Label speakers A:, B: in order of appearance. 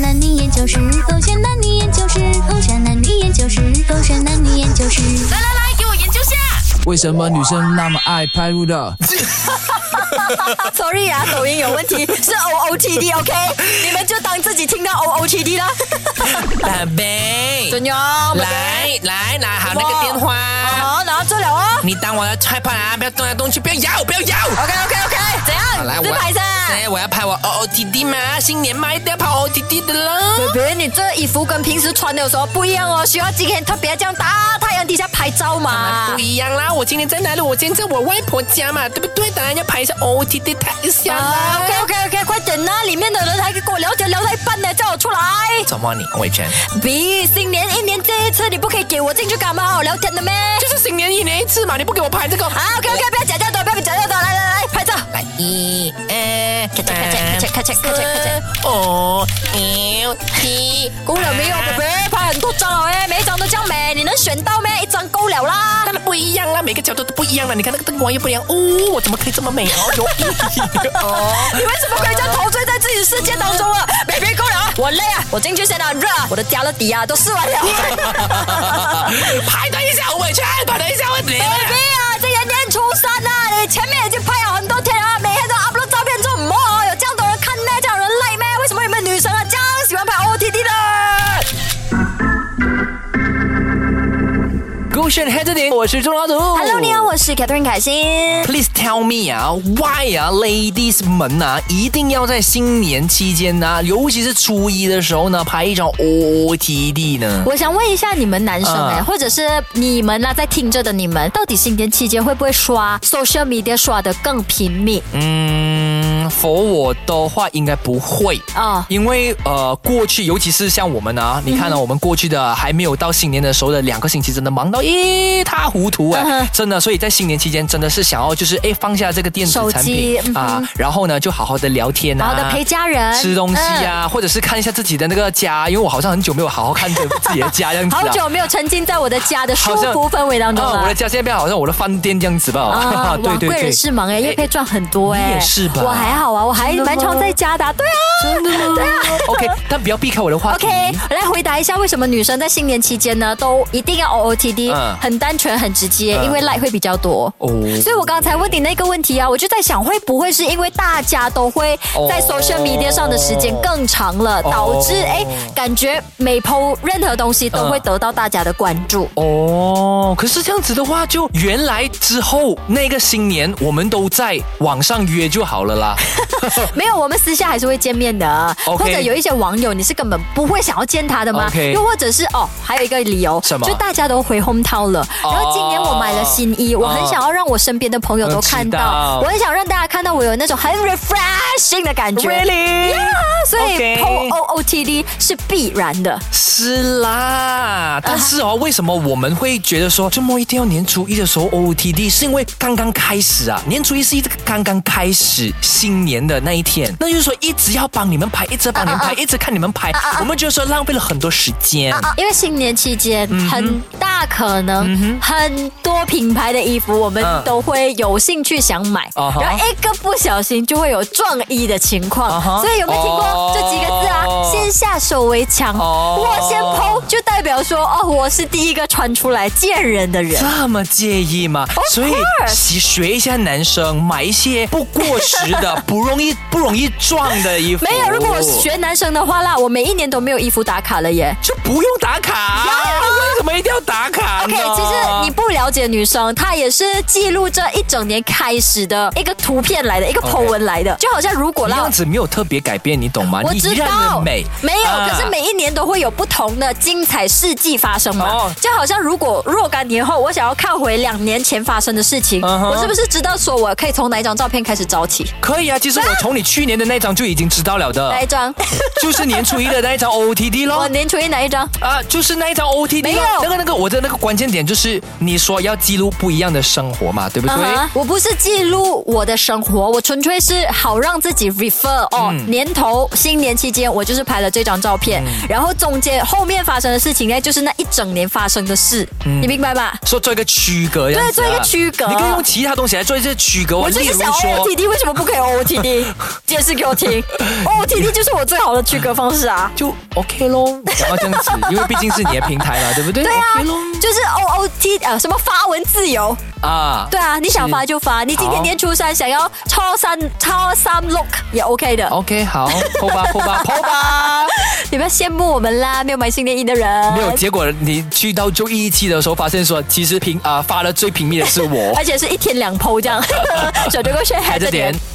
A: 男女研究室，狗血男女研究室，狗血男女研究室，狗血男女研究室。
B: 来来来，给我研究下。
C: 为什么女生那么爱拍 u 的？
D: Sorry 啊，抖音有问 题，是 O O T D OK，你们就当自己听到 O O T D 啦。
E: 大杯，
D: 怎样？
E: 来来拿好那个
D: 哇
E: 电话，
D: 好，然后做了哦。
E: 你当我的害怕啊！不要动来动去，不要摇，不要摇。
D: OK OK OK，怎
E: 好来，
D: 样？
E: 我
D: 自拍噻。
E: 对，我要拍我 O O T D 嘛，新年嘛一定要拍 O O T D 的啦。
D: 别，你这衣服跟平时穿的有什么不一样哦？需要今天特别这样大太阳底下拍照嘛
E: 啊不？一样啦，我今天在哪里？我今天在我外婆家嘛，对不对？当然要拍一下 O O T D 看一下
D: 啊
E: 啦。
D: ，OK OK OK，快点呐！里面的人还跟我聊天聊到一半呢，叫我出来。
E: 怎么你魏全？
D: B，新年一年这一次，你不可以给我进去跟他们好好聊天的咩？
E: 就是新年一年一次嘛，你不给我拍这个？
D: 啊，OK OK，不要讲这么多，不要讲这么多，来来来，拍照。
E: 来一、二、
D: 咔嚓咔嚓咔嚓咔嚓咔嚓
E: 四、五、六、七，
D: 够了没有，宝贝？拍很多张了哎，每一张都这样美，你能选到没？一张够了啦
E: 当。然不一样啦，每个角度都不一样了。你看那个灯光又不一样，哦，我怎么可以这么美哦？有意义哦。
D: 你为什么可以这样陶醉在自己的世界当中啊？baby 够了啊，我累啊，我进去先啊，热啊，我的加勒比啊都试完了。
E: 排等一下，我去，排等一下，我你
D: baby 啊，这人年初三啊，你前面已经拍了很多天啊，每天都 upload 照片做什么啊？有这样多人看呢，这样有人累咩？为什么你们女生啊这样喜欢拍 OTT 的？
E: 勾选黑着点，我是钟老总。
D: Hello，你好，。我是 Catherine 凯欣。
E: Please tell me 啊，Why 啊，ladies 们啊，一定要在新年期间呢、尤其是初一的时候呢，拍一张 OOTD 呢？
F: 我想问一下你们男生哎、
E: 嗯
F: 或者是你们啦，在听着的你们，到底新年期间会不会刷 social media 刷的更频密？
E: 嗯，for 我的话应该不会。
F: 哦，
E: 因为呃，过去尤其是像我们啊，你看呢、我们过去的还没有到新年的时候的两个星期，真的忙到一塌糊涂
F: 嗯
E: 哎、真的。所以在新年期间，真的是想要就是哎放下这个电子
F: 手
E: 产品
F: 机嗯哼
E: 啊，然后呢就好好的聊天啊，
F: 好好的陪家人嗯
E: 吃东西啊，或者是看一下自己的那个家，因为我好像很久没有好好看着自己的家这样子、啊，
F: 好久没有沉浸在我的家的舒
E: 好像
F: 服氛围当中
E: 啊，我
F: 了
E: 的。家现在变好像我的饭店这样子吧，哦
F: 啊
E: 对
F: 哇，
E: 对
F: 贵
E: 对
F: 人。是忙哎，叶佩赚很多哎，
E: 你也是吧
F: 我还好啊，我还蛮常在家的啊，对啊。
E: 真的吗？OK，但不要避开我的话题。
F: OK，我来回答一下为什么女生在新年期间呢，都一定要 OOTD，、
E: 嗯
F: 很单纯很直接，
E: 嗯
F: 因为 like 会比较多。
E: 哦
F: 所以我刚才问你那个问题啊，我就在想，会不会是因为大家都会在
E: 哦
F: social media 上的时间更长了，
E: 哦
F: 导致哎感觉每 PO 任何东西都会得到大家的关注。
E: 哦，可是这样子的话，就原来之后那个新年，我们都在网上约就好了啦。
F: 没有，我们私下还是会见面的。
E: OK
F: 或者有一些网友，你是根本不会想要见他的吗
E: OK
F: 又或者是哦，还有一个理由，
E: 什么
F: 就大家都回 home town 了。
E: 哦
F: 然后今年我买了新衣，我很
E: 哦
F: 想要让我身边的朋友都看
E: 我知道
F: 到，我很想让大家看到我有那种很 refreshing 的感觉。
E: Really？
F: Yeah，所啊以
E: OK
F: PO O O T D 是必然的。
E: 是啦，但是哦，为什么我们会觉得说周末一定要年初一的时候 OOTD？是因为刚刚开始啊，年初一是一个刚刚开始新年的那一天，那就是说一直要帮你们拍，一直帮你们拍，一直看你们拍，我们觉得说浪费了很多时间。
F: 因为新年期间，很大可能、很多品牌的衣服我们
E: 嗯
F: 都会有兴趣想买，
E: 啊哈
F: 然后一个不小心就会有撞衣的情况。
E: 啊哈
F: 所以有没有听
E: 哦
F: 过这几个字啊？先下手为强，
E: 哦
F: 我先剖就代表说哦，我是第一个穿出来见人的人。
E: 这么介意吗？所以
F: course
E: 习学一下男生，买一些不过时的、不容易不容易撞的衣服。
F: 没有，如果我学男生的话啦，我每一年都没有衣服打卡了耶。
E: 就不用打卡，啊为什么一定要打卡
F: OK，
E: 呢
F: 其实你不了解女生，她也是记录这一整年开始的一个图片来的，一个
E: OK
F: 剖文来的，就好像如果
E: 你
F: 啦
E: 样。子没有特别改变，你懂吗？
F: 我
E: 你
F: 知
E: 依然
F: 道，
E: 很美，
F: 没有，
E: 啊
F: 可是每一年都会有不同的精彩事迹发生嘛。
E: 哦
F: 就好像如果若干年后，我想要看回两年前发生的事情
E: 嗯哼
F: 我是不是知道说我可以从哪一张照片开始找起？
E: 可以啊。其实我从你去年的那张就已经知道了的
F: 哪一，张？
E: 就是年初一的那一张 OOTD
F: 哎我
E: 咯。
F: 年初一哪一张？
E: 啊，就是那一张 OOTD，
F: 没有
E: 咯那个那个，我的那个关键点就是你说要记录不一样的生活嘛，对不对？
F: 啊哈我不是记录我的生活，我纯粹是好让自己
E: 嗯
F: refer 哦。年头新年期间，我就是拍了这张照片，然后中间后面发生的事情呢，就是那一整年发生的事，
E: 嗯
F: 你明白吧？
E: 说做一个区隔这样子啊，
F: 对做一个区隔
E: 你可以用其他东西来做一些区隔。
F: 我就
E: 例
F: 是
E: 如
F: 想
E: 说，
F: OOTD，为什么不可以哦 OOTD？解释给我听，OOTD 就是我最好的区隔方式啊。
E: 就 OK 咯，然后这样子，因为毕竟是你的平台嘛，对不对？
F: 对啊
E: 哎 OK 咯，
F: 就是 O O T 呃什么发文自由，
E: 啊，
F: 对啊，你想发就发，你今
E: 好
F: 天年初三想要超三超三 look 也 OK 的，
E: ，OK，好，破吧破 吧破吧。
F: 你不要羡慕我们啦，没有买新年衣的
E: 没有
F: 人，
E: 结果，你去到就一期的时候，发现说其实平啊、发的最频密的是我
F: 哎 ，而且是一天两 PO 这样，小哥哥 share
E: 还
F: 着
E: 着
F: 点
E: 点。